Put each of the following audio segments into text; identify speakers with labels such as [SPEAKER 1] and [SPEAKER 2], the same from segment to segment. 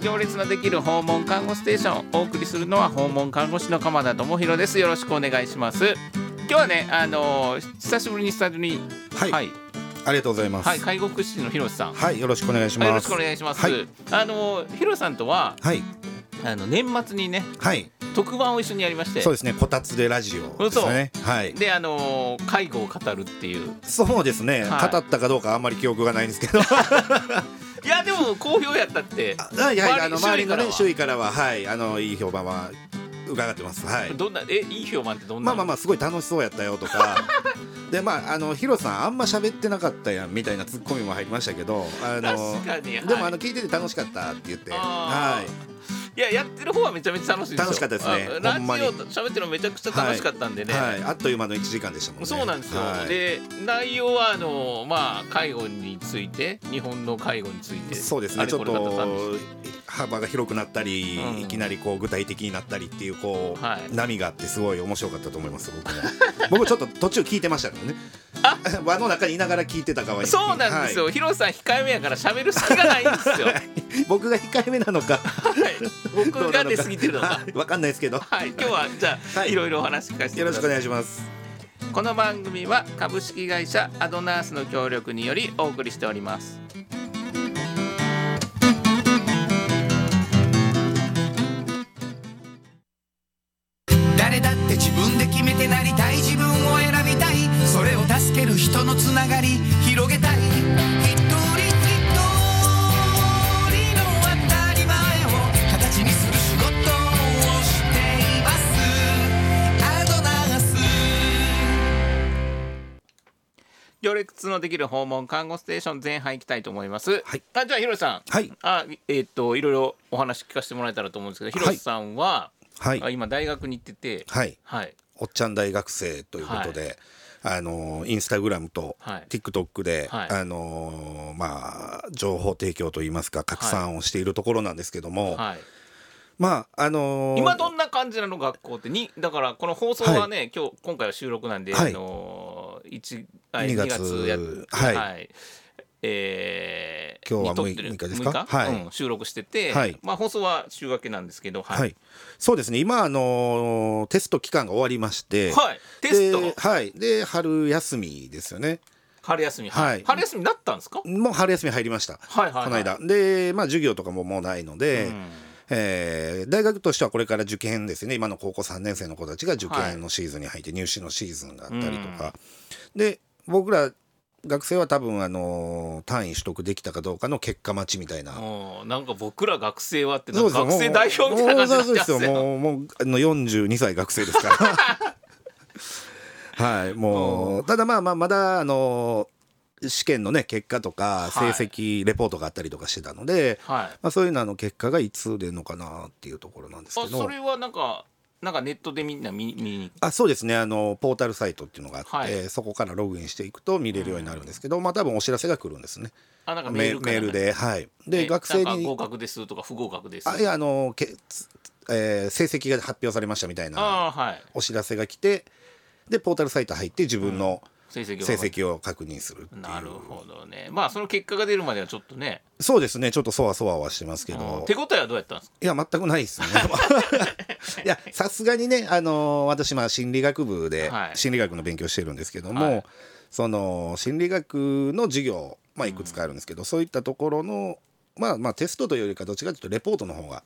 [SPEAKER 1] 行列のできる訪問看護ステーションお送りするのは訪問看護師の鎌田智博ですよろしくお願いします今日はねあのー久しぶりにスタジオに
[SPEAKER 2] はい
[SPEAKER 1] はい、
[SPEAKER 2] ありがとうございます。
[SPEAKER 1] はい
[SPEAKER 2] はい、
[SPEAKER 1] 介護福祉の広瀬さん
[SPEAKER 2] よろしくお願いします。
[SPEAKER 1] よろしくお願いします、
[SPEAKER 2] はい、
[SPEAKER 1] あのー広瀬さんとは
[SPEAKER 2] はい、
[SPEAKER 1] あの年末にね
[SPEAKER 2] はい、
[SPEAKER 1] 特番を一緒にやりまして
[SPEAKER 2] そうですね。こたつでラジオですね。はい。
[SPEAKER 1] であのー介護を語るっていう
[SPEAKER 2] そうですね、
[SPEAKER 1] はい
[SPEAKER 2] 語ったかどうかあんまり記憶がないんです けど、あ
[SPEAKER 1] いやでも好評やったって
[SPEAKER 2] はいはい、あの
[SPEAKER 1] 周
[SPEAKER 2] 周
[SPEAKER 1] り
[SPEAKER 2] りのね
[SPEAKER 1] 周
[SPEAKER 2] 周囲からははい、あのいい評判は伺ってます。はい。
[SPEAKER 1] どんなえいい評判ってどんな
[SPEAKER 2] まあまあまあすごい楽しそうやったよ とか。でまあ、あのヒロさんあんま喋ってなかったやんみたいなツッコミも入りましたけどあの
[SPEAKER 1] 確かにはい
[SPEAKER 2] でもあの聞いてて楽しかったって言って、
[SPEAKER 1] あ
[SPEAKER 2] は
[SPEAKER 1] ー
[SPEAKER 2] い、
[SPEAKER 1] いややってる方はめちゃめちゃ楽しいですよ
[SPEAKER 2] 楽しかったですね
[SPEAKER 1] あラ
[SPEAKER 2] ほ
[SPEAKER 1] ジ
[SPEAKER 2] ん
[SPEAKER 1] オ
[SPEAKER 2] まに
[SPEAKER 1] 喋ってるのめちゃくちゃ楽しかったんでね、
[SPEAKER 2] はい、あっという間の1時間でしたもんね。
[SPEAKER 1] そうなんですよ、
[SPEAKER 2] はい
[SPEAKER 1] で内容はあのまあ介護について日本の介護について
[SPEAKER 2] そうで
[SPEAKER 1] あ
[SPEAKER 2] すね
[SPEAKER 1] れ
[SPEAKER 2] ちょ
[SPEAKER 1] こ
[SPEAKER 2] っ
[SPEAKER 1] れ語ったんで
[SPEAKER 2] と幅が広くなったり、
[SPEAKER 1] うん
[SPEAKER 2] いきなりこう具体的になったりっていうこう、
[SPEAKER 1] はい
[SPEAKER 2] 波があってすごい面白かったと思います僕も僕ちょっと途中聞いてましたからね 輪の中にいながら聞いてた側に
[SPEAKER 1] すそうなんですよ、
[SPEAKER 2] は
[SPEAKER 1] 広瀬さん控えめやから喋る隙がないんですよはい
[SPEAKER 2] い 僕が控えめなのかど
[SPEAKER 1] 僕
[SPEAKER 2] うな
[SPEAKER 1] が
[SPEAKER 2] の
[SPEAKER 1] 出
[SPEAKER 2] か
[SPEAKER 1] 過ぎてるのか
[SPEAKER 2] はいわかんない ですけど
[SPEAKER 1] はい今日はじゃあ、、
[SPEAKER 2] はいい
[SPEAKER 1] ろいろお話聞かせて
[SPEAKER 2] よ
[SPEAKER 1] くだ
[SPEAKER 2] ろし
[SPEAKER 1] さ
[SPEAKER 2] く
[SPEAKER 1] い
[SPEAKER 2] お願いします
[SPEAKER 1] この番組は株式会社アドナースの協力によりお送りしております
[SPEAKER 3] 誰だって自分で決めてなりたい自分を選びたいそれを助ける人のつながり広げたい一人一人の当たり前を形にする仕事をしていますアドナース
[SPEAKER 1] 行列のできる訪問看護ステーション前半行きたいと思います、
[SPEAKER 2] はい
[SPEAKER 1] あじゃあ広瀬さん
[SPEAKER 2] はい
[SPEAKER 1] あえーっといろいろお話聞かせてもらえたらと思うんですけど広瀬さんは、
[SPEAKER 2] はい、
[SPEAKER 1] あ今大学に行ってて
[SPEAKER 2] はい、
[SPEAKER 1] はい
[SPEAKER 2] おっちゃん大学生ということで、あのインスタグラムと
[SPEAKER 1] はい
[SPEAKER 2] TikTok で、
[SPEAKER 1] はい
[SPEAKER 2] あのまあ情報提供といいますか拡散をしているところなんですけども、
[SPEAKER 1] はい
[SPEAKER 2] まああのー
[SPEAKER 1] 今どんな感じなの学校ってにだからこの放送はね、今日今回は収録なんで、
[SPEAKER 2] は
[SPEAKER 1] あ
[SPEAKER 2] い
[SPEAKER 1] のー一あ2
[SPEAKER 2] 2
[SPEAKER 1] 月
[SPEAKER 2] 月
[SPEAKER 1] や
[SPEAKER 2] はい
[SPEAKER 1] えー
[SPEAKER 2] 今日は
[SPEAKER 1] に撮って
[SPEAKER 2] 6
[SPEAKER 1] る
[SPEAKER 2] 日ですか
[SPEAKER 1] 6日
[SPEAKER 2] はい
[SPEAKER 1] うん収録してて、
[SPEAKER 2] はい
[SPEAKER 1] まあ放送は週明けなんですけど
[SPEAKER 2] はい、そうですね今あのーテスト期間が終わりまして、
[SPEAKER 1] はいテス
[SPEAKER 2] で
[SPEAKER 1] ト
[SPEAKER 2] はいで春休みですよね
[SPEAKER 1] 春休み、
[SPEAKER 2] はい
[SPEAKER 1] 春休みになったんですか
[SPEAKER 2] もう春休み入りました、
[SPEAKER 1] はいはいはい
[SPEAKER 2] この間でまあ授業とかももうないので、
[SPEAKER 1] うん
[SPEAKER 2] えー大学としてはこれから受験ですね今の高校3年生の子たちが受験のシーズンに入って入試のシーズンがあったりとか、で僕ら学生は多分あのー単位取得できたかどうかの結果待ちみたいな
[SPEAKER 1] もうなんか僕ら学生はってなん
[SPEAKER 2] そう
[SPEAKER 1] か
[SPEAKER 2] ですよ
[SPEAKER 1] 学生代表みたいな感じ
[SPEAKER 2] もうそう
[SPEAKER 1] にな
[SPEAKER 2] で
[SPEAKER 1] っ
[SPEAKER 2] す
[SPEAKER 1] ちゃっ
[SPEAKER 2] よ
[SPEAKER 1] てよ
[SPEAKER 2] もうもうあの42歳学生ですから はいもうただまあまあまだあの試験のね結果とか成
[SPEAKER 1] はい
[SPEAKER 2] 績レポートがあったりとかしてたので、
[SPEAKER 1] はい
[SPEAKER 2] まあ、そういうのあの結果がいつ出るのかなっていうところなんです
[SPEAKER 1] あ
[SPEAKER 2] けど
[SPEAKER 1] それはなんかなんかネットでみんな見見に
[SPEAKER 2] あそうですねあのポータルサイトっていうのがあって、
[SPEAKER 1] はい
[SPEAKER 2] そこからログインしていくと見れるようになるんですけど、まあ多分お知らせが来るんですね
[SPEAKER 1] あなんかメ
[SPEAKER 2] メ
[SPEAKER 1] ールか
[SPEAKER 2] メールではいで
[SPEAKER 1] え
[SPEAKER 2] 学
[SPEAKER 1] な
[SPEAKER 2] 生
[SPEAKER 1] んか合
[SPEAKER 2] に
[SPEAKER 1] 格ですとか不合格です
[SPEAKER 2] あいやあのけつえー成績が発表されましたみたいな
[SPEAKER 1] あーはい
[SPEAKER 2] お知らせが来てでポータルサイト入って自分の
[SPEAKER 1] 成績が
[SPEAKER 2] 成績を確認するっていう
[SPEAKER 1] なるほどねまあその結果が出るまではちょっとね、
[SPEAKER 2] そうですねちょっとそわそわはしてますけ
[SPEAKER 1] うん
[SPEAKER 2] ど
[SPEAKER 1] 手応えはどうやったんですか
[SPEAKER 2] いや全くない ですねいやさすがにねあの私まあ心理学部で
[SPEAKER 1] はい
[SPEAKER 2] 心理学の勉強してるんですけども、
[SPEAKER 1] はい
[SPEAKER 2] その心理学の授業まあいくつかあるんですけど、そういったところのまあまあテストというよりかどっちかというとレポートの方が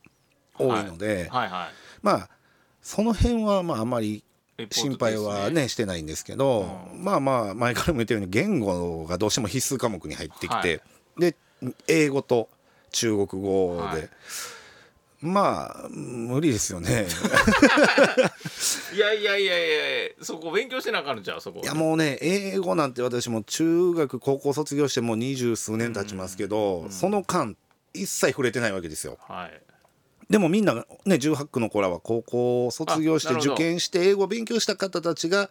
[SPEAKER 2] 多いので、
[SPEAKER 1] はいはい
[SPEAKER 2] まあその辺はまああんまり
[SPEAKER 1] レポートです
[SPEAKER 2] 心配はねしてないんですけど、まあまあ前からも言ったように言語がどうしても必須科目に入ってきて、
[SPEAKER 1] はい
[SPEAKER 2] で英語と中国語で、
[SPEAKER 1] はい
[SPEAKER 2] まあ無理です よね
[SPEAKER 1] いやいやいやいやそこ勉強してなあかんのじゃんそこ
[SPEAKER 2] いやもうね英語なんて私も中学高校卒業してもう二十数年経ちますけど、その間一切触れてないわけですよ
[SPEAKER 1] はい
[SPEAKER 2] でもみんなね18区の子らは高校を卒業し
[SPEAKER 1] あ
[SPEAKER 2] て
[SPEAKER 1] なるほど
[SPEAKER 2] 受験して英語を勉強した方たちが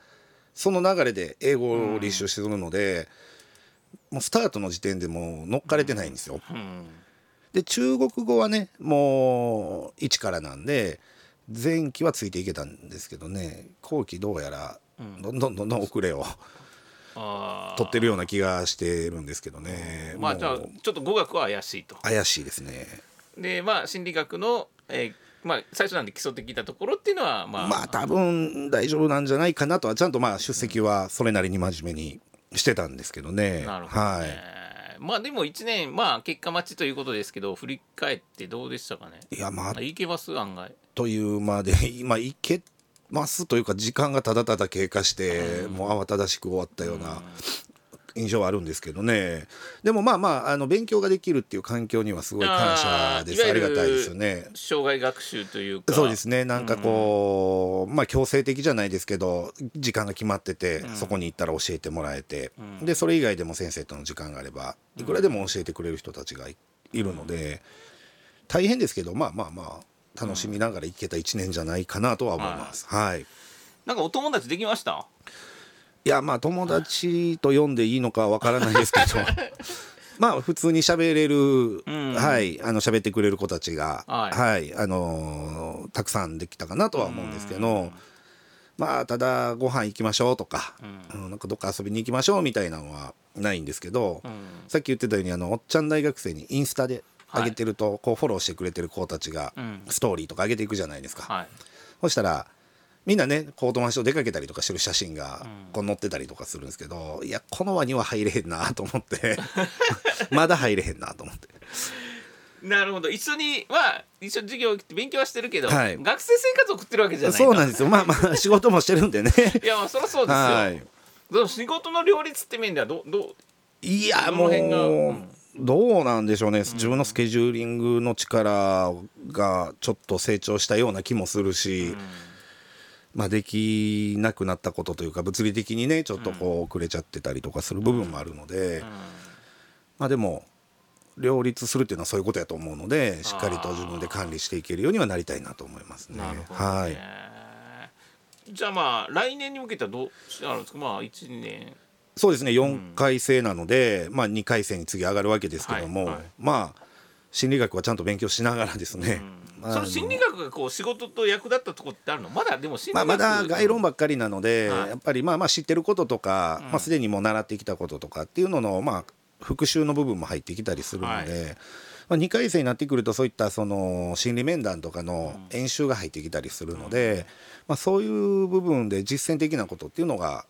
[SPEAKER 2] その流れで英語を履修してくるので、もうスタートの時点でもう乗っかれてないんですよ。
[SPEAKER 1] うん
[SPEAKER 2] で中国語はねもう一からなんで前期はついていけたんですけどね後期どうやらどんどんどんどん遅れを
[SPEAKER 1] あー
[SPEAKER 2] 取ってるような気がしてるんですけどね。
[SPEAKER 1] まあ
[SPEAKER 2] もう
[SPEAKER 1] じゃあちょっと語学は怪しいと
[SPEAKER 2] 怪しいですね。
[SPEAKER 1] でまあ心理学の、えーまあ、最初なんで基礎的なところっていうのはまあ、
[SPEAKER 2] まあ多分大丈夫なんじゃないかなとはちゃんとまあ出席はそれなりに真面目にしてたんですけどね。
[SPEAKER 1] なるほど、
[SPEAKER 2] は
[SPEAKER 1] ね
[SPEAKER 2] い
[SPEAKER 1] まあでも1年まあ結果待ちということですけど振り返ってどうでしたかね
[SPEAKER 2] いやまあ
[SPEAKER 1] あいけます案外
[SPEAKER 2] というまで 今いけますというか時間がただただ経過して、もう慌ただしく終わったような印象はあるんですけどねでもまあまああの勉強ができるっていう環境にはすごい感謝です
[SPEAKER 1] あー
[SPEAKER 2] あ
[SPEAKER 1] いわゆ
[SPEAKER 2] り
[SPEAKER 1] る
[SPEAKER 2] がたいですよね。
[SPEAKER 1] 障害学習というか
[SPEAKER 2] そうですねなんかこう、まあ強制的じゃないですけど時間が決まってて、そこに行ったら教えてもらえて、でそれ以外でも先生との時間があればいくらでも教えてくれる人たちがいいるので、大変ですけどまあまあまあ楽しみながら行けた1年じゃないかなとは思います。はい
[SPEAKER 1] なんかお友達できました
[SPEAKER 2] いやまあ友達と読んでいいのかわからないですけど まあ普通に喋れる、
[SPEAKER 1] ん
[SPEAKER 2] はいあの喋ってくれる子たちが、
[SPEAKER 1] は
[SPEAKER 2] はいいあのーたくさんできたかなとは思うんですけど、まあただご飯行きましょうとか、うんなんかどっか遊びに行きましょうみたいなのはないんですけど、さっき言ってたようにあのおっちゃん大学生にインスタで上げてると、こうフォローしてくれてる子たちが
[SPEAKER 1] ん
[SPEAKER 2] ストーリーとか上げていくじゃないですか。
[SPEAKER 1] はい
[SPEAKER 2] そしたらみんなねこう友達と出かけたりとかしてる写真がこう載ってたりとかするんですけど、いやこの輪には入れへんなと思って まだ入れへんなと思って
[SPEAKER 1] なるほど一緒には一緒に授業勉強はしてるけど、
[SPEAKER 2] はい
[SPEAKER 1] 学生生活を送ってるわけじゃない
[SPEAKER 2] そうなん
[SPEAKER 1] で
[SPEAKER 2] ですよまあまあ仕事もしてるんでね
[SPEAKER 1] いやまあそりゃそうですよ、
[SPEAKER 2] はい
[SPEAKER 1] でも仕事の両立って面ではどうどう
[SPEAKER 2] いや
[SPEAKER 1] どの
[SPEAKER 2] もう
[SPEAKER 1] 辺が
[SPEAKER 2] どうなんでしょうね自分のスケジューリングの力がちょっと成長したような気もするし、まあ、できなくなったことというか物理的にねちょっとこう遅れちゃってたりとかする部分もあるので、まあでも両立するっていうのはそういうことやと思うのでしっかりと自分で管理していけるようにはなりたいなと思いますね。
[SPEAKER 1] なるほど、ね
[SPEAKER 2] はい
[SPEAKER 1] じゃあまあ来年に向けてはどうしてあるんですかまあ一年
[SPEAKER 2] そうですね4回生なので、まあ、2回生に次上がるわけですけども、
[SPEAKER 1] はいはい
[SPEAKER 2] まあ心理学はちゃんと勉強しながらですね、まあ
[SPEAKER 1] その心理学がこう仕事と役立ったところってあるのまだでも心理
[SPEAKER 2] まあ、
[SPEAKER 1] 学、
[SPEAKER 2] まだ概論ばっかりなので、
[SPEAKER 1] はい
[SPEAKER 2] やっぱりまあまあ知ってることとか、まあ、すでにもう習ってきたこととかっていうのの、まあ、復習の部分も入ってきたりするので、まあ、2回生になってくるとそういったその心理面談とかの演習が入ってきたりするので、まあ、そういう部分で実践的なことっていうのが、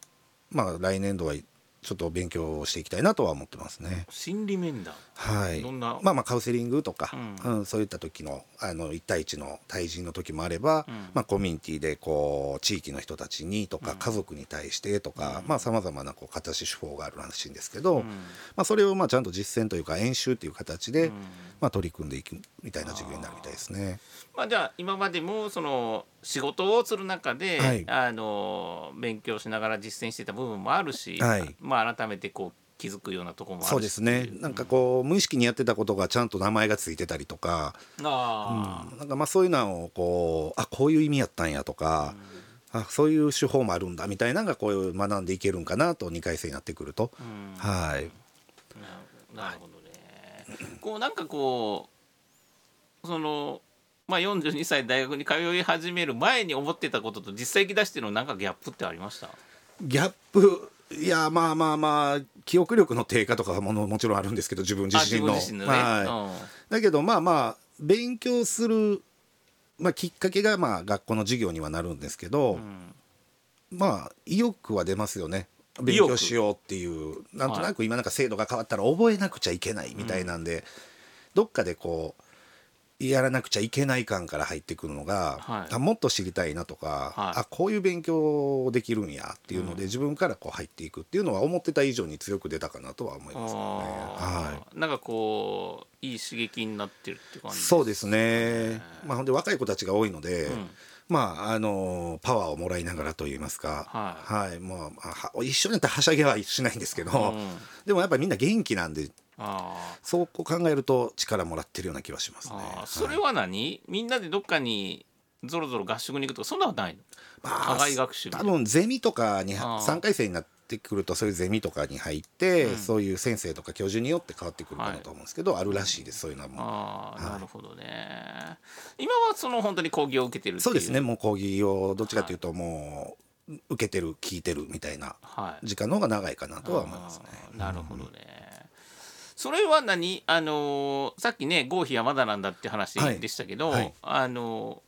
[SPEAKER 2] まあ、来年度はちょっと勉強していきたいなとは思ってますね。
[SPEAKER 1] 心理面談
[SPEAKER 2] はい、
[SPEAKER 1] どんな
[SPEAKER 2] まあまあカウンセリングとか、
[SPEAKER 1] う
[SPEAKER 2] うんそういった時のあの1対1の対人の時もあれば、まあ、コミュニティでこう地域の人たちにとか、家族に対してとかさまざ、まなこう形手法があるらしいんですけど、まあ、それをまあちゃんと実践というか演習という形で、まあ、取り組んでいくみたいな授業になるみたいですね。
[SPEAKER 1] まあじゃあ今までもその仕事をする中で、
[SPEAKER 2] はい
[SPEAKER 1] あの勉強しながら実践してた部分もあるし、
[SPEAKER 2] はい
[SPEAKER 1] まあ改めてこう気づくようなところもあるし
[SPEAKER 2] そうですねなんかこう無意識にやってたことがちゃんと名前がついてたりとか、
[SPEAKER 1] あ
[SPEAKER 2] なんかまあそういうのをこうあこういう意味やったんやとか、あそういう手法もあるんだみたいなのがこう学んでいけるんかなと2回生になってくると、はい
[SPEAKER 1] あ、ななるほどね、こうなんかこうそのまあ42歳大学に通い始める前に思ってたことと実際に出してるのなんかギャップってありました
[SPEAKER 2] ギャップいやまあまあまあ記憶力の低下とかはものもちろんあるんですけど自分自
[SPEAKER 1] あ
[SPEAKER 2] 身の。
[SPEAKER 1] 自分自身のね、
[SPEAKER 2] はいだけどまあまあ勉強する、まあ、きっかけがまあ学校の授業にはなるんですけど、まあ意欲は出ますよね勉強しようっていうなんとなく今なんか制度が変わったら覚えなくちゃいけないみたいなんで、どっかでこうやらなくちゃいけない感から入ってくるのが、
[SPEAKER 1] はい
[SPEAKER 2] あもっと知りたいなとか、
[SPEAKER 1] はい
[SPEAKER 2] あこういう勉強できるんやっていうので、自分からこう入っていくっていうのは思ってた以上に強く出たかなとは思い
[SPEAKER 1] うん
[SPEAKER 2] ますね。
[SPEAKER 1] あ
[SPEAKER 2] はい
[SPEAKER 1] ーなんかこういい刺激になってるって感じ
[SPEAKER 2] そうですね、まあ、ほんで若い子たちが多いので、まああのパワーをもらいながらといいますか、
[SPEAKER 1] は
[SPEAKER 2] はいまあまあは一緒になってはしゃげはしないんですけど、
[SPEAKER 1] ん
[SPEAKER 2] でもやっぱりみんな元気なんで
[SPEAKER 1] あー
[SPEAKER 2] そうこう考えると力もらってるような気はしますね。
[SPEAKER 1] あー
[SPEAKER 2] はい
[SPEAKER 1] それは何、みんなでどっかにぞろぞろ合宿に行くとかそんなことないの互い学習みた
[SPEAKER 2] 多
[SPEAKER 1] いな
[SPEAKER 2] 分ゼミとかに
[SPEAKER 1] あー
[SPEAKER 2] 3回生になってくるとそういうゼミとかに入って、そういう先生とか教授によって変わってくるかなと思うんですけど、あるらしいですそういうのはもう
[SPEAKER 1] ああなるほどね今はその本当に講義を受けてるってい
[SPEAKER 2] そうですねもう講義をどっちかというともう、受けてる聞いてるみたいな
[SPEAKER 1] はい
[SPEAKER 2] 時間の方が長いかなとは思いますね。
[SPEAKER 1] あーなるほどね、それは何あのーさっきね合否はまだなんだって話
[SPEAKER 2] はい
[SPEAKER 1] でしたけど、
[SPEAKER 2] はい
[SPEAKER 1] あのー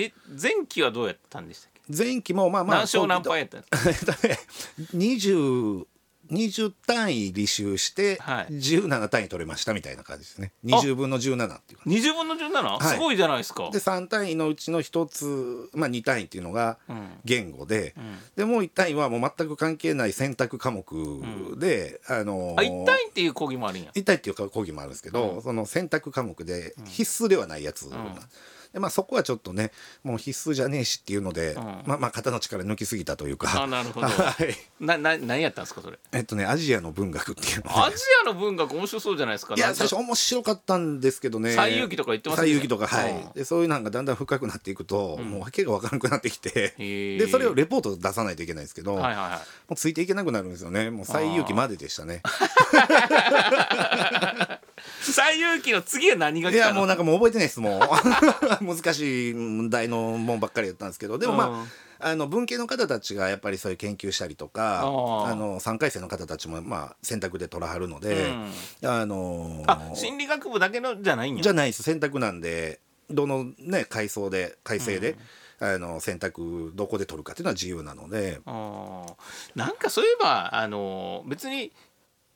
[SPEAKER 1] え前期はどうやったんでしたっけ、
[SPEAKER 2] 前期もまあまあ
[SPEAKER 1] 何勝何敗
[SPEAKER 2] え
[SPEAKER 1] や
[SPEAKER 2] っ
[SPEAKER 1] ったん ですか
[SPEAKER 2] と ね20 20単位履修して
[SPEAKER 1] はい
[SPEAKER 2] 17単位取れましたみたいな感じですね20分の17っていう
[SPEAKER 1] 20分の 17?
[SPEAKER 2] はい
[SPEAKER 1] すごいじゃないですか
[SPEAKER 2] で3単位のうちの1つ、まあ、2単位っていうのが
[SPEAKER 1] うん
[SPEAKER 2] 言語で、
[SPEAKER 1] ん
[SPEAKER 2] でもう1単位はもう全く関係ない選択科目で、あのー
[SPEAKER 1] あ一単位っていう講義もあるんや
[SPEAKER 2] 一体っていうか講義もあるんですけど、
[SPEAKER 1] うん
[SPEAKER 2] その選択科目で必須ではないやつ、でまあ、そこはちょっとねもう必須じゃねえしっていうので、
[SPEAKER 1] ん
[SPEAKER 2] まあ、まあ肩の力抜きすぎたというか
[SPEAKER 1] あなるほど
[SPEAKER 2] はい
[SPEAKER 1] なな何やったんですか それ
[SPEAKER 2] えっとねアジアの文学っていうの
[SPEAKER 1] ア
[SPEAKER 2] で
[SPEAKER 1] ジアの文学面白そうじゃないですか
[SPEAKER 2] い
[SPEAKER 1] な
[SPEAKER 2] や
[SPEAKER 1] んか
[SPEAKER 2] 最初面白かったんですけどね
[SPEAKER 1] 西遊記とか言ってますね
[SPEAKER 2] 西遊記とかはい、
[SPEAKER 1] うん
[SPEAKER 2] でそういうのがだんだん深くなっていくと、もう訳が分からなくなってきて
[SPEAKER 1] へえ
[SPEAKER 2] でそれをレポート出さないといけないんですけど、
[SPEAKER 1] はいはいはい
[SPEAKER 2] もうついていけなくなるんですよねもう西遊記まででしたね
[SPEAKER 1] 西遊記の次は何が
[SPEAKER 2] い
[SPEAKER 1] 来た
[SPEAKER 2] や
[SPEAKER 1] の
[SPEAKER 2] もうなんかもう覚えてないですもう 難しい問題のもんばっかりやったんですけどでもまあ、
[SPEAKER 1] うん
[SPEAKER 2] あの文系の方たちがやっぱりそういう研究したりと
[SPEAKER 1] ああ
[SPEAKER 2] かあの3回生の方たちもまあ選択で取らはるので、あの
[SPEAKER 1] あ心理学部だけのじゃないんや
[SPEAKER 2] じゃないです選択なんでどのね階層で改正で、あの選択どこで取るかっていうのは自由なので
[SPEAKER 1] あーなんかそういえばあの別に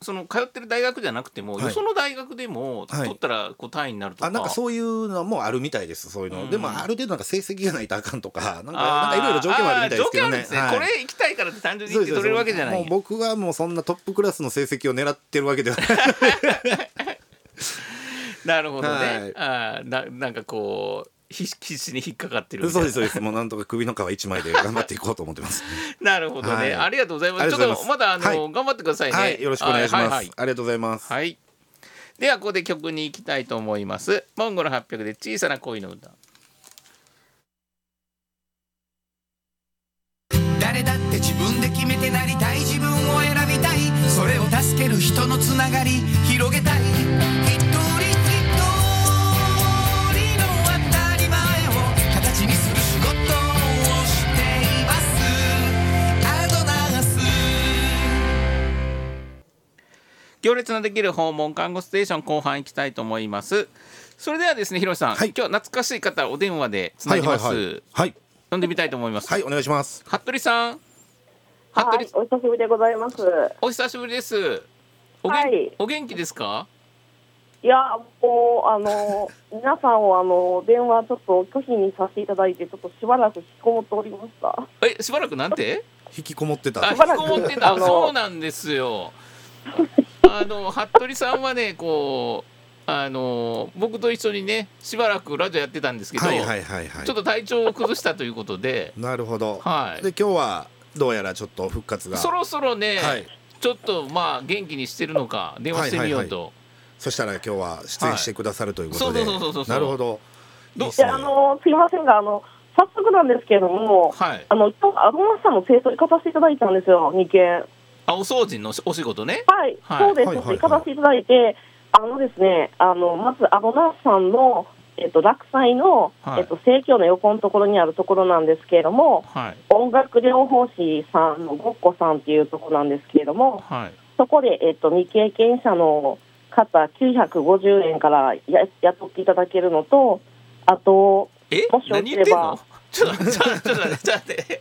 [SPEAKER 1] その通ってる大学じゃなくても、
[SPEAKER 2] はい
[SPEAKER 1] よその大学でも
[SPEAKER 2] はい
[SPEAKER 1] 取ったらこう単位になるとか,、
[SPEAKER 2] あなんかそういうのもあるみたいですそういうの、
[SPEAKER 1] うん
[SPEAKER 2] でもある程度なんか成績がないとあかんとかなんかなん
[SPEAKER 1] あー
[SPEAKER 2] かいろいろ条件はあるみたいですけど
[SPEAKER 1] あー条件あるん
[SPEAKER 2] ね。
[SPEAKER 1] ですね、
[SPEAKER 2] はい
[SPEAKER 1] これ行きたいからって単純に
[SPEAKER 2] そ
[SPEAKER 1] 行
[SPEAKER 2] う
[SPEAKER 1] っ
[SPEAKER 2] で
[SPEAKER 1] て
[SPEAKER 2] す
[SPEAKER 1] 取れるわけじゃないん
[SPEAKER 2] も
[SPEAKER 1] や
[SPEAKER 2] う僕はもうそんなトップクラスの成績を狙ってるわけではない
[SPEAKER 1] なるほどね、
[SPEAKER 2] はい
[SPEAKER 1] あーななんかこう必死必死に引っかかってるみた
[SPEAKER 2] そ
[SPEAKER 1] いうな
[SPEAKER 2] ですそうですもうなんとか首の皮一枚で頑張っていこうと思ってます、
[SPEAKER 1] なるほどね、
[SPEAKER 2] はい
[SPEAKER 1] ありがとうございます
[SPEAKER 2] あり
[SPEAKER 1] ち
[SPEAKER 2] が
[SPEAKER 1] ょっ
[SPEAKER 2] とうございます
[SPEAKER 1] とまだあの、
[SPEAKER 2] はい
[SPEAKER 1] 頑張ってくださいね
[SPEAKER 2] はいよろしくお願いします、
[SPEAKER 1] ははは
[SPEAKER 2] ありがとうございます、
[SPEAKER 1] はい。ではここで曲に行きたいと思います。モンゴル800で小さな恋の歌。
[SPEAKER 3] 誰だって自分で決めてなりたい自分を選びたいそれを助ける人のつながり広げたい一人一人の当たり前を形にする仕事をしていますアドナース
[SPEAKER 1] 行列のできる訪問看護ステーション後半行きたいと思います。それではですね、ひろしさん、
[SPEAKER 2] はい
[SPEAKER 1] 今日懐かしい方お電話でつなぎます。
[SPEAKER 2] はいはい
[SPEAKER 1] 呼んでみたいと思います。
[SPEAKER 2] はいお願いします
[SPEAKER 1] 服部さん、服
[SPEAKER 4] は
[SPEAKER 1] 部
[SPEAKER 4] い
[SPEAKER 1] さん、、
[SPEAKER 4] お久しぶりでございます。
[SPEAKER 1] お久しぶりです。おげん、
[SPEAKER 4] はい
[SPEAKER 1] お元気ですか？
[SPEAKER 4] いや、もう、あ の、皆さんを、あの、電話ちょっと拒否にさせていただいて、ちょっとしばらく引きこもっておりました。
[SPEAKER 1] え、しばらくなん て？
[SPEAKER 2] 引きこもってた
[SPEAKER 1] あ、引
[SPEAKER 4] ばら
[SPEAKER 1] き
[SPEAKER 4] く
[SPEAKER 1] こもってた。
[SPEAKER 4] あの
[SPEAKER 1] そうなんですよ。あの服部さんはね、こうあの僕と一緒にね、しばらくラジオやってたんですけど、
[SPEAKER 2] はいはいはいはい
[SPEAKER 1] ちょっと体調を崩したということで、
[SPEAKER 2] なるほど、
[SPEAKER 1] はい
[SPEAKER 2] で今日はどうやらちょっと復活が
[SPEAKER 1] そろそろね、
[SPEAKER 2] はい
[SPEAKER 1] ちょっとまあ元気にしてるのか電話してみようと、
[SPEAKER 2] そしたら今日は出演してくださるということで、
[SPEAKER 1] はいそうそうそうそうそう
[SPEAKER 2] なるほど
[SPEAKER 1] ど
[SPEAKER 2] いいっ
[SPEAKER 4] い
[SPEAKER 2] すね
[SPEAKER 4] や、あの、すいませんが、あの、早速なんですけれども、
[SPEAKER 1] はい
[SPEAKER 4] あの、今日、アドマスさんの生徒行かさせていただいたんですよ、2件。
[SPEAKER 1] あお掃除のお仕事ね
[SPEAKER 4] はい、
[SPEAKER 1] はい
[SPEAKER 4] そうです、
[SPEAKER 2] はい
[SPEAKER 4] ちょっと
[SPEAKER 2] はい
[SPEAKER 4] 行かさせていただいて、あのですね、あの、まず、アドナースさんの、えっと、落栽の、
[SPEAKER 1] はい
[SPEAKER 4] えっと、生協の横のところにあるところなんですけれども、
[SPEAKER 1] はい
[SPEAKER 4] 音楽療法士さんのごっこさんっていうとこなんですけれども、
[SPEAKER 1] はい
[SPEAKER 4] そこで、えっと、未経験者の方950円からや雇っていただけるのと、あと、
[SPEAKER 1] え
[SPEAKER 4] もしよ
[SPEAKER 1] 何言
[SPEAKER 4] け
[SPEAKER 1] って
[SPEAKER 4] れ
[SPEAKER 1] ん
[SPEAKER 4] ば
[SPEAKER 1] のちょっとちょっとちょっと待ってちょっと待って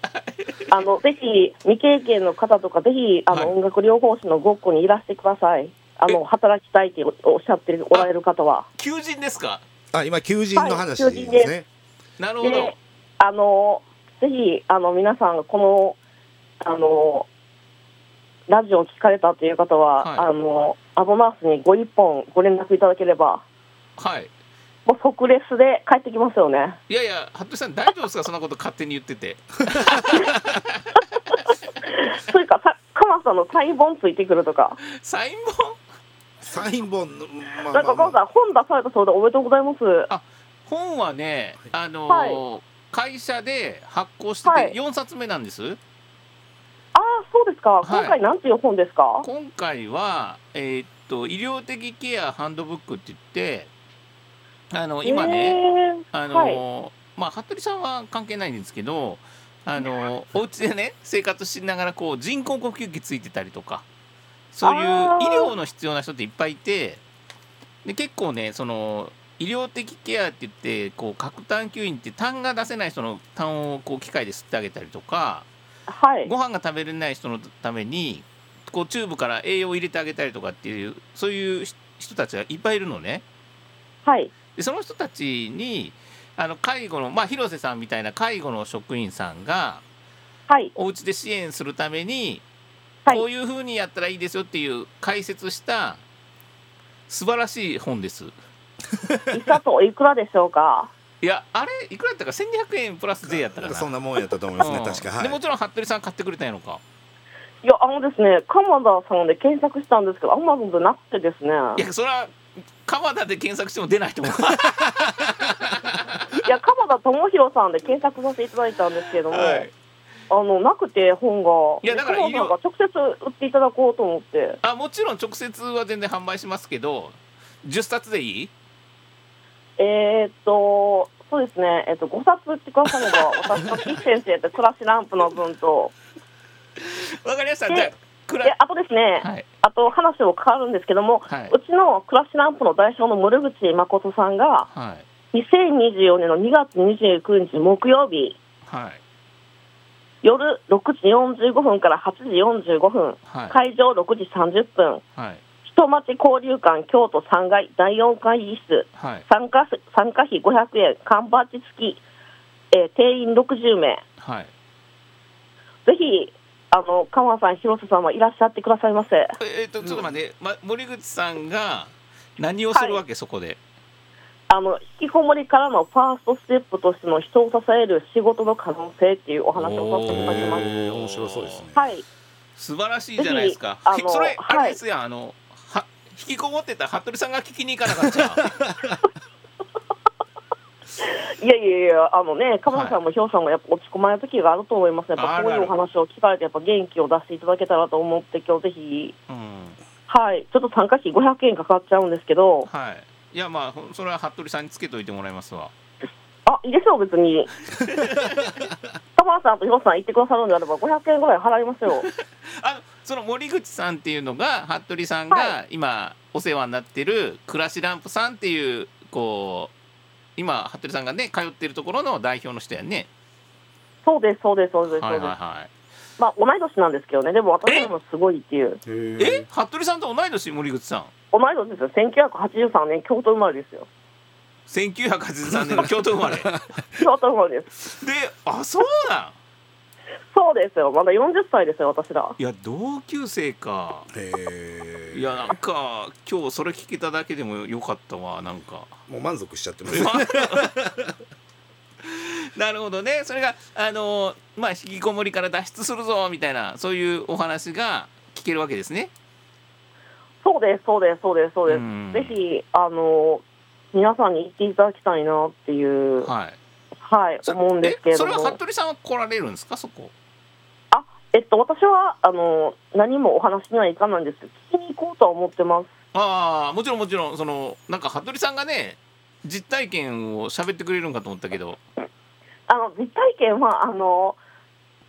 [SPEAKER 4] あの、ぜひ、未経験の方とか、ぜひ、あの、
[SPEAKER 1] はい
[SPEAKER 4] 音楽療法士のごっこにいらしてください。あ
[SPEAKER 1] え
[SPEAKER 4] の、働きたいっておおっしゃっておられる方は。
[SPEAKER 1] 求人ですか
[SPEAKER 2] あ今求人の話です
[SPEAKER 4] はい求人
[SPEAKER 2] ね
[SPEAKER 4] で
[SPEAKER 1] なるほど
[SPEAKER 4] で、あの、ぜひ、あの、皆さん、この、あの、ラジオを聞かれたという方は、
[SPEAKER 1] はい
[SPEAKER 4] あの、アドナースにご一本ご連絡いただければ、
[SPEAKER 1] はい
[SPEAKER 4] もう即レスで帰ってきます よね。
[SPEAKER 1] いやいや服部さん大丈夫ですかそんなこと勝手に言ってて
[SPEAKER 4] というか、か鎌さんのサイン本ついてくるとか、
[SPEAKER 1] サイン本
[SPEAKER 2] サイン本の、まあま
[SPEAKER 4] な
[SPEAKER 2] あま
[SPEAKER 4] んか
[SPEAKER 2] あ
[SPEAKER 4] 鎌さん、本出されたそうでおめでとうございます。
[SPEAKER 1] 本はねあのー
[SPEAKER 4] は
[SPEAKER 1] 会社で発行して
[SPEAKER 4] はい
[SPEAKER 1] て4冊目なんです、
[SPEAKER 4] ああ、そうですか。
[SPEAKER 1] い
[SPEAKER 4] 今回なんていう本ですか、
[SPEAKER 1] 今回は、えーっと医療的ケアハンドブックって言ってあの今ね、
[SPEAKER 4] えー
[SPEAKER 1] あのまあ服部さんは関係ないんですけどあのお家でね生活しながらこう人工呼吸器ついてたりとかそういう医
[SPEAKER 4] あー
[SPEAKER 1] 療の必要な人っていっぱいいてで結構ねその医療的ケアって言ってこう核探吸引って痰が出せない人の痰をこう機械で吸ってあげたりとか
[SPEAKER 4] はい
[SPEAKER 1] ご飯が食べれない人のためにこうチューブから栄養を入れてあげたりとかっていうそういう人人たちがいっぱいいるのね。
[SPEAKER 4] はい
[SPEAKER 1] でその人たちにあの介護の、まあ、広瀬さんみたいな介護の職員さんが
[SPEAKER 4] はい
[SPEAKER 1] お家で支援するために、
[SPEAKER 4] はい
[SPEAKER 1] こういうふうにやったらいいですよっていう解説した素晴らしい本です。
[SPEAKER 4] いかといくらでしょうか
[SPEAKER 1] いやあれいくらやったか1200円プラス税やったかな。
[SPEAKER 2] そんなもんやったと思いますね、
[SPEAKER 1] うん
[SPEAKER 2] 確か、はい
[SPEAKER 1] でもちろん服部さん買ってくれたんやろか。
[SPEAKER 4] いやあのですね鎌田さんで検索したんですけどアマゾンでなくてですね
[SPEAKER 1] いやそれは鎌田で検索しても出ない と思う。
[SPEAKER 4] いや鎌田智弘さんで検索させていただいたんですけども、
[SPEAKER 1] はい
[SPEAKER 4] あのなくて本が
[SPEAKER 1] いやだから
[SPEAKER 4] 鎌田さんが直接売っていただこうと思って
[SPEAKER 1] あもちろん直接は全然販売しますけど10冊でいい
[SPEAKER 4] えー、っとそうですね、えっと5冊売ってくだされば 私と岸先生と暮らしランプの分と
[SPEAKER 1] わかりました。
[SPEAKER 4] で
[SPEAKER 1] じゃあく
[SPEAKER 4] で
[SPEAKER 1] ら
[SPEAKER 4] あとですね、
[SPEAKER 1] はい
[SPEAKER 4] あと話を変わるんですけども、
[SPEAKER 1] はいう
[SPEAKER 4] ちの暮らしランプの代表の森口誠さんが
[SPEAKER 1] はい
[SPEAKER 4] 2024年の2月29日木曜日
[SPEAKER 1] はい
[SPEAKER 4] 夜6時45分から8時45分、
[SPEAKER 1] はい
[SPEAKER 4] 会場6時30分
[SPEAKER 1] はい
[SPEAKER 4] 人町交流館京都3階第4会議室
[SPEAKER 1] はい
[SPEAKER 4] 参加す参加費500円缶バッジ付き、えー定員60名
[SPEAKER 1] はい。
[SPEAKER 4] ぜひあの鎌田さん広瀬さんはいらっしゃってくださいませ
[SPEAKER 1] ええっとちょっと待って、ま、森口さんが何をするわけ、そこで。
[SPEAKER 4] あの引きこもりからのファーストステップとしての人を支える仕事の可能性っていうお話をさせていただきま
[SPEAKER 1] おー
[SPEAKER 4] す
[SPEAKER 2] 面白そうですね
[SPEAKER 4] はい
[SPEAKER 1] 素晴らしいじゃないですか。
[SPEAKER 4] ぜひ
[SPEAKER 1] ひ
[SPEAKER 4] あの
[SPEAKER 1] それ
[SPEAKER 4] はい
[SPEAKER 1] あれですやん、あのは引きこもってた服部さんが聞きに行かなか った。
[SPEAKER 4] いやいやいやあのね鎌田さんも広瀬さんもやっぱ落ち込まれる時があると思いますねやっ
[SPEAKER 1] あ
[SPEAKER 4] ぱ
[SPEAKER 1] る
[SPEAKER 4] こう
[SPEAKER 1] あ
[SPEAKER 4] いう
[SPEAKER 1] る
[SPEAKER 4] お話を聞かれてやっぱ元気を出していただけたらと思って今日ぜひ
[SPEAKER 1] うん
[SPEAKER 4] はいちょっと参加費500円かかっちゃうんですけど
[SPEAKER 1] はい。いやまあほんそれは服部さんにつけといてもらいますわ。
[SPEAKER 4] あ、いいですよ、別 に。玉川さんと広瀬さん行ってくださるんであれば、500円ぐらい払いますよ。
[SPEAKER 1] あのその森口さんっていうのが服部さんが
[SPEAKER 4] は
[SPEAKER 1] 今お世話になってる暮らしランプさんっていうこう今服部さんがね通ってるところの代表の人やんね。
[SPEAKER 4] そうです、そうです、そうです、そう
[SPEAKER 1] はい
[SPEAKER 4] で
[SPEAKER 1] はい
[SPEAKER 4] す。
[SPEAKER 1] はい。
[SPEAKER 4] まあ、同い年なんですけどね、でも私よりもすごいっていう。
[SPEAKER 1] え服部さんと同い年森口さん
[SPEAKER 4] 同い年ですよ、1983年、京都生まれですよ。
[SPEAKER 1] 1983年の京都生ま れで
[SPEAKER 4] 京都生まれです。
[SPEAKER 1] あそうなん
[SPEAKER 4] そうですよ、まだ40歳ですよ、私ら。
[SPEAKER 1] いや同級生か
[SPEAKER 2] へえ
[SPEAKER 1] いやなんか今日それ聞けただけでもよかったわなんか
[SPEAKER 2] もう満足しちゃってます
[SPEAKER 1] なるほどねそれがあのまあ引きこもりから脱出するぞみたいなそういうお話が聞けるわけですね
[SPEAKER 4] そうです、そうです、そうです、そうで
[SPEAKER 1] うん
[SPEAKER 4] す。ぜひ、あの、皆さんに行っていただきたいなっていう、は
[SPEAKER 1] はい
[SPEAKER 4] い、
[SPEAKER 1] そ
[SPEAKER 4] 思うんですけれ
[SPEAKER 1] え
[SPEAKER 4] ど
[SPEAKER 1] それは
[SPEAKER 4] も。
[SPEAKER 1] 服部さんは来られるんですかそこ
[SPEAKER 4] あ、えっと、私は、あの、何もお話には行かないんですけど、聞きに行こうとは思ってます。
[SPEAKER 1] ああもちろんもちろんそのなんか服部さんがね実体験を喋ってくれるんかと思ったけど
[SPEAKER 4] あの実体験はあの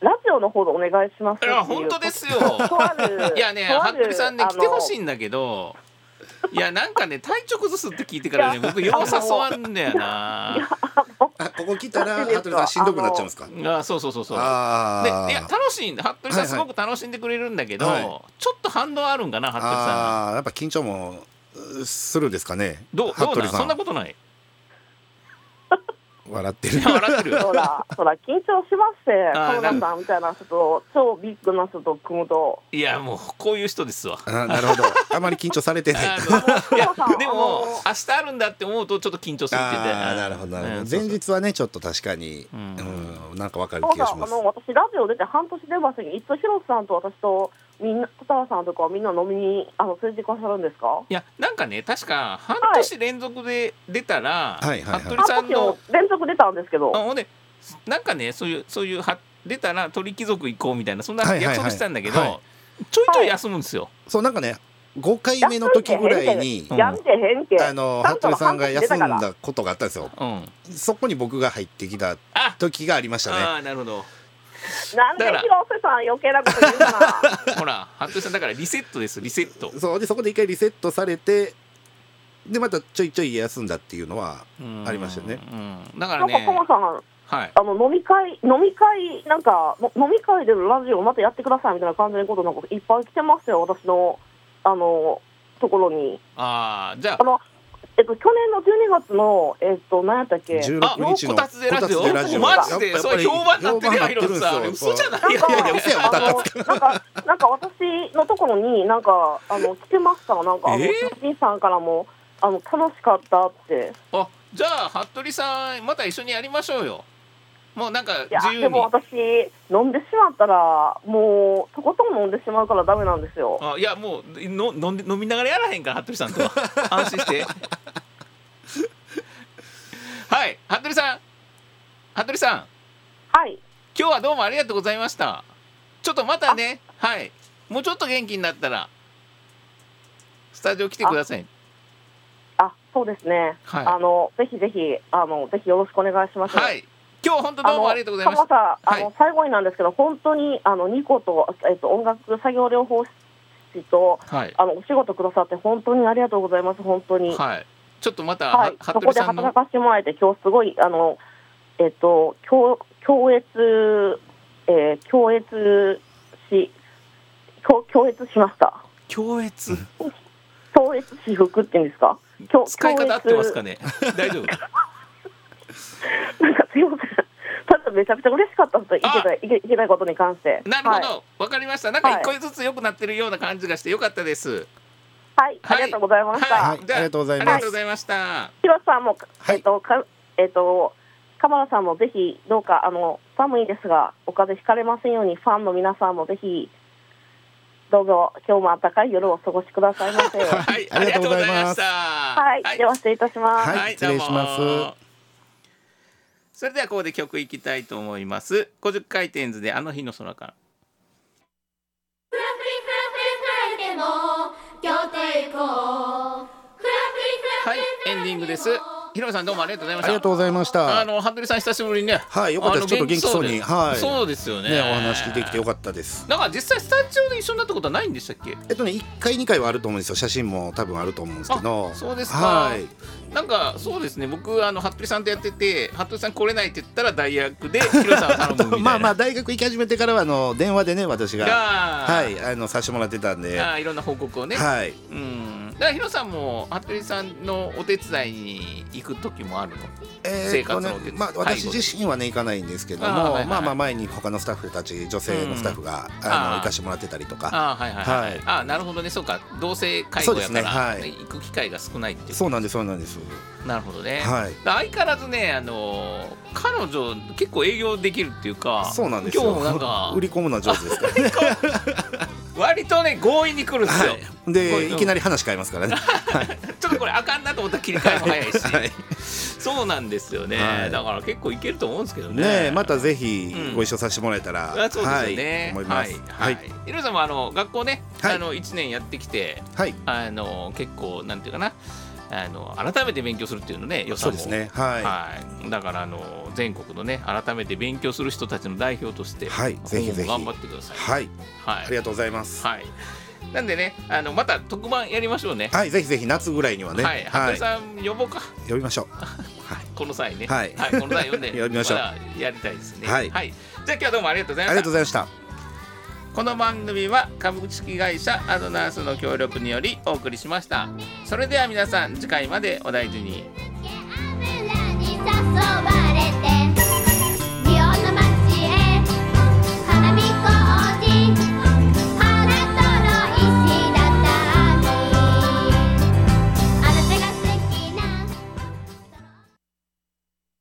[SPEAKER 4] ラジオの方でお願いしますって
[SPEAKER 1] い
[SPEAKER 4] いう
[SPEAKER 1] や本当ですよ
[SPEAKER 4] とある
[SPEAKER 1] いやね、
[SPEAKER 4] とあ
[SPEAKER 1] 服
[SPEAKER 4] る
[SPEAKER 1] 部さんね、
[SPEAKER 4] あの
[SPEAKER 1] 来てほしいんだけど。いや、なんかね、体調崩すって聞いてからね、僕よう誘わんだよな。
[SPEAKER 2] あここ来 たら羽鳥さんしんどくなっちゃうんですか
[SPEAKER 1] あ、そうそうそうそう。で、い
[SPEAKER 2] あ
[SPEAKER 1] や、楽しいんだ、服部さん
[SPEAKER 2] はいはい
[SPEAKER 1] すごく楽しんでくれるんだけど、
[SPEAKER 2] はい
[SPEAKER 1] ちょっと反動あるんかな、服部さん。
[SPEAKER 2] あーやっぱ緊張もうするですかね
[SPEAKER 1] どう、どう
[SPEAKER 2] 服
[SPEAKER 1] なん、
[SPEAKER 2] 部さ
[SPEAKER 1] そんなんことない。
[SPEAKER 2] 笑ってる
[SPEAKER 1] いや笑ってる。
[SPEAKER 4] そらそら緊張しますって
[SPEAKER 1] あー
[SPEAKER 4] カナさんみたいな人と超ビッグな人と組むと
[SPEAKER 1] いや、もう、こういう人ですわ。
[SPEAKER 2] あなるほどあまり緊張されてない
[SPEAKER 1] あのいや
[SPEAKER 4] そうそう
[SPEAKER 1] で
[SPEAKER 4] あ
[SPEAKER 1] も
[SPEAKER 4] の
[SPEAKER 1] 明日あるんだって思うとちょっと緊張するって言って
[SPEAKER 2] ああーなるほどなるほ
[SPEAKER 1] うん
[SPEAKER 2] ど
[SPEAKER 1] そう
[SPEAKER 2] 前
[SPEAKER 1] そう
[SPEAKER 2] 日はねちょっと確かに
[SPEAKER 1] う
[SPEAKER 2] うんんなんかわかる
[SPEAKER 4] そう
[SPEAKER 2] 気が
[SPEAKER 4] だ
[SPEAKER 2] し
[SPEAKER 4] あ
[SPEAKER 2] ます
[SPEAKER 4] の私ラジオ出て半年出ましたけど一応ヒロさんと私とみんな片川さんとかはみんな飲みにあの連れてくださるんですか
[SPEAKER 1] いやなんかね確か半年連続で出たら、
[SPEAKER 2] はいはいはい
[SPEAKER 1] 服部さ
[SPEAKER 4] 半
[SPEAKER 1] ん
[SPEAKER 4] 年
[SPEAKER 1] の
[SPEAKER 4] を連続出たんですけど
[SPEAKER 1] あほんでなんかねそういうそういうは出たら鳥貴族行こうみたいなそんな
[SPEAKER 2] はいはいはい
[SPEAKER 1] 約束したんだけど、
[SPEAKER 2] はい
[SPEAKER 1] ちょいちょい休むんですよ。
[SPEAKER 2] そうなんかね5回目の時ぐらいに
[SPEAKER 1] うん
[SPEAKER 4] やんてへんけ
[SPEAKER 2] あの
[SPEAKER 4] ちゃ
[SPEAKER 2] 羽
[SPEAKER 4] と
[SPEAKER 2] 鳥さんが休ん
[SPEAKER 4] 半年出たから
[SPEAKER 2] だことがあったんですよ
[SPEAKER 1] うん、
[SPEAKER 2] そこに僕が入ってきた
[SPEAKER 1] あ
[SPEAKER 2] 時がありましたね
[SPEAKER 1] あーなるほど
[SPEAKER 4] なんで
[SPEAKER 1] だから
[SPEAKER 4] 広瀬さん余計なこと言 うな。
[SPEAKER 1] ほら服部さんだからリセットですリセット
[SPEAKER 2] そうでそこで一回リセットされてでまたちょいちょい休んだっていうのは
[SPEAKER 1] うん
[SPEAKER 2] ありましたよね
[SPEAKER 1] うんだから
[SPEAKER 4] なんか
[SPEAKER 1] ね
[SPEAKER 4] コマさん、
[SPEAKER 1] はい
[SPEAKER 4] あの飲み会飲み会なんかの飲み会でのラジオまたやってくださいみたいな感じのことなんかいっぱい来てますよ私のあのところに。
[SPEAKER 1] ああじゃあ
[SPEAKER 4] あのえっと去年の12月のえっと何やったっけ。
[SPEAKER 1] あ
[SPEAKER 2] 16
[SPEAKER 1] もう
[SPEAKER 2] 日の
[SPEAKER 1] こたつでラジオ
[SPEAKER 2] こたつ
[SPEAKER 4] マジ
[SPEAKER 1] で
[SPEAKER 2] やっぱ
[SPEAKER 1] それ評判になってるやん
[SPEAKER 2] 評判になってるん
[SPEAKER 1] ヒ
[SPEAKER 2] ですよ
[SPEAKER 1] ロさん嘘じゃない
[SPEAKER 4] な
[SPEAKER 2] い
[SPEAKER 4] んか、
[SPEAKER 2] やいや嘘や
[SPEAKER 4] あのなんか、なんか私のところに、なんか、あの、来てましたわ、なんか、あの、
[SPEAKER 1] え
[SPEAKER 4] おじいさんからも、あの、楽しかったって。
[SPEAKER 1] あじゃあ服部さんまた一緒にやりましょうよもうなんか
[SPEAKER 4] いや、
[SPEAKER 1] 自由
[SPEAKER 4] で
[SPEAKER 1] に
[SPEAKER 4] も私、飲んでしまったら、もう、とことん飲んでしまうからダメなんですよ。
[SPEAKER 1] あいやもうの飲んで飲みながらやらへんから服部さんと は安心してはい服部さん服部さん
[SPEAKER 4] はい。
[SPEAKER 1] 今日はどうもありがとうございましたちょっとまたねはいもうちょっと元気になったらスタジオ来てください
[SPEAKER 4] あ、そうですね。
[SPEAKER 1] はい
[SPEAKER 4] あの、ぜひぜひ、あの、ぜひよろしくお願いします。
[SPEAKER 1] はい今日本当どうもありがとうございました
[SPEAKER 4] ただあの、
[SPEAKER 1] はい
[SPEAKER 4] 最後になんですけど、本当に、あの、ニコと、えっと、音楽作業療法士と、
[SPEAKER 1] はい
[SPEAKER 4] あの、お仕事くださって、本当にありがとうございます、本当に。
[SPEAKER 1] はいちょっとまた、は
[SPEAKER 4] はい、そ
[SPEAKER 1] 服
[SPEAKER 4] こ
[SPEAKER 1] 部
[SPEAKER 4] で
[SPEAKER 1] さん
[SPEAKER 4] 働
[SPEAKER 1] の
[SPEAKER 4] かせてもらえて、今日すごい、あの、えっと、強強越、えー、強越し、強強越しました。
[SPEAKER 1] 強烈
[SPEAKER 4] 強越私服っていうんですか強
[SPEAKER 1] 使い方合ってますか
[SPEAKER 4] ね
[SPEAKER 1] ね大丈夫
[SPEAKER 4] なんか すいません。ただめちゃくちゃ嬉しかったです、いけ
[SPEAKER 1] あ
[SPEAKER 4] ないいけいけないことに関して。
[SPEAKER 1] なるほど、
[SPEAKER 4] はい。
[SPEAKER 1] わかりましたなんか一個ずつ良くなってるような感じがして良かったです
[SPEAKER 4] はい、ありがとうございました。
[SPEAKER 2] はい
[SPEAKER 1] じゃ
[SPEAKER 2] ありがとうございま
[SPEAKER 1] あ
[SPEAKER 2] す
[SPEAKER 1] りがとうございました
[SPEAKER 4] ヒロさんも、
[SPEAKER 2] はい
[SPEAKER 4] えっと、かえっと、鎌田さんもぜひ、どうか、あの、寒いですが、お風邪ひかれませんように、ファンの皆さんもぜひ、どうぞ、今日も暖かい夜をお過ごしくださいませ。は
[SPEAKER 1] はいあ
[SPEAKER 2] あ
[SPEAKER 1] り
[SPEAKER 2] り
[SPEAKER 1] がと
[SPEAKER 2] がと
[SPEAKER 1] うご
[SPEAKER 2] う
[SPEAKER 1] ざ
[SPEAKER 2] ござ
[SPEAKER 1] い
[SPEAKER 2] い
[SPEAKER 1] ま
[SPEAKER 2] ま
[SPEAKER 1] し
[SPEAKER 2] す
[SPEAKER 1] た
[SPEAKER 4] い、では失礼いたします。
[SPEAKER 2] はい失礼します
[SPEAKER 1] どうもそれではここで曲いきたいと思います50回転図であの日の空から
[SPEAKER 5] ふらふりふらふらふらいでも京都へ行こうふらふ
[SPEAKER 1] はいエ
[SPEAKER 5] りふらふらふら
[SPEAKER 1] ンディングですひろさんどうもありがとうございまし
[SPEAKER 2] あ
[SPEAKER 1] た
[SPEAKER 2] りがとうございまし
[SPEAKER 1] あ
[SPEAKER 2] たね
[SPEAKER 1] の服部さん久しぶりにね
[SPEAKER 2] はいよかった
[SPEAKER 1] あの
[SPEAKER 2] ですちょっと元気そうに
[SPEAKER 1] で
[SPEAKER 2] はい
[SPEAKER 1] そうですよね
[SPEAKER 2] お話聞いてきてよかったです
[SPEAKER 1] なんか実際スタジオで一緒になったことはないんでしたっけ
[SPEAKER 2] えっとね1回2回はあると思うんですよ写真も多分あると思うんですけど
[SPEAKER 1] あそうですか
[SPEAKER 2] はい
[SPEAKER 1] なんかそうですね僕あの服部さんとやってて服部さん来れないって言ったら代役でヒロさんを頼むみたいな
[SPEAKER 2] まあまあ大学行き始めてからはあの電話でね私が
[SPEAKER 1] が
[SPEAKER 2] はいあのさせてもらってたんで
[SPEAKER 1] あ
[SPEAKER 2] は
[SPEAKER 1] ーいろんな報告をね、
[SPEAKER 2] い
[SPEAKER 1] うんだからヒロさんも服部さんのお手伝いに行く時もあるの生
[SPEAKER 2] えー
[SPEAKER 1] 活
[SPEAKER 2] と
[SPEAKER 1] の
[SPEAKER 2] ね
[SPEAKER 1] お手伝い
[SPEAKER 2] まあ、私自身はね行かないんですけども
[SPEAKER 1] あーはいはいはい
[SPEAKER 2] まあまあ前に他のスタッフたち女性のスタッフが、あ
[SPEAKER 1] あー
[SPEAKER 2] の行かしてもらってたりとか
[SPEAKER 1] あーはいはいはい、
[SPEAKER 2] はい
[SPEAKER 1] あーなるほどねそうか同性介護やから、
[SPEAKER 2] そうですねはい
[SPEAKER 1] 行く機会が少ないっていう
[SPEAKER 2] そうなんですそうなんです
[SPEAKER 1] なるほどね、
[SPEAKER 2] はい
[SPEAKER 1] だ相変わらずね、あのー彼女結構営業できるっていうか
[SPEAKER 2] そうなんですよ
[SPEAKER 1] 今日もなんか
[SPEAKER 2] 売り込むのは上手ですから ね、
[SPEAKER 1] 割とね強引に来るんですよ、
[SPEAKER 2] はい、
[SPEAKER 1] すごい
[SPEAKER 2] でいきなり話変えますからね
[SPEAKER 1] ちょっとこれあかんなと思ったら切り替えも早いし、
[SPEAKER 2] はい
[SPEAKER 1] そうなんですよね、
[SPEAKER 2] はい
[SPEAKER 1] だから結構いけると思うんですけどね
[SPEAKER 2] ねえまたぜひ
[SPEAKER 1] うん
[SPEAKER 2] ご一緒させてもらえたら、
[SPEAKER 1] あそうですよ
[SPEAKER 2] はい、
[SPEAKER 1] ね、
[SPEAKER 2] 思い
[SPEAKER 1] は
[SPEAKER 2] ま
[SPEAKER 1] い
[SPEAKER 2] す
[SPEAKER 1] は
[SPEAKER 2] はいい、
[SPEAKER 1] ヒロさんもあの学校ね、
[SPEAKER 2] はい
[SPEAKER 1] あの一年やってきて
[SPEAKER 2] はい、
[SPEAKER 1] あの結構なんていうかなあの改めて勉強するっていうのね良さ
[SPEAKER 2] そ
[SPEAKER 1] も
[SPEAKER 2] うですねはい、
[SPEAKER 1] はい、だからあの全国のね改めて勉強する人たちの代表として、
[SPEAKER 2] はいぜひぜひ
[SPEAKER 1] 今後も頑張ってください。
[SPEAKER 2] はい、
[SPEAKER 1] はい
[SPEAKER 2] ありがとうございますは
[SPEAKER 1] はい、なんでねあのまた特番やりましょうね。
[SPEAKER 2] い、ぜひぜひ夏ぐらいにはね
[SPEAKER 1] はい、服部さん呼ぼうか
[SPEAKER 2] 呼びましょう
[SPEAKER 1] この際ね。
[SPEAKER 2] はい
[SPEAKER 1] この際呼んで
[SPEAKER 2] 呼びましょう
[SPEAKER 1] だやりたいですね。
[SPEAKER 2] はい
[SPEAKER 1] じゃあ今日はどうもありがとうござい
[SPEAKER 2] あ
[SPEAKER 1] ま
[SPEAKER 2] り
[SPEAKER 1] した
[SPEAKER 2] がとうご。ざいました
[SPEAKER 1] この番組は株式会社アドナースの協力によりお送りしましたそれでは皆さん次回までお大事に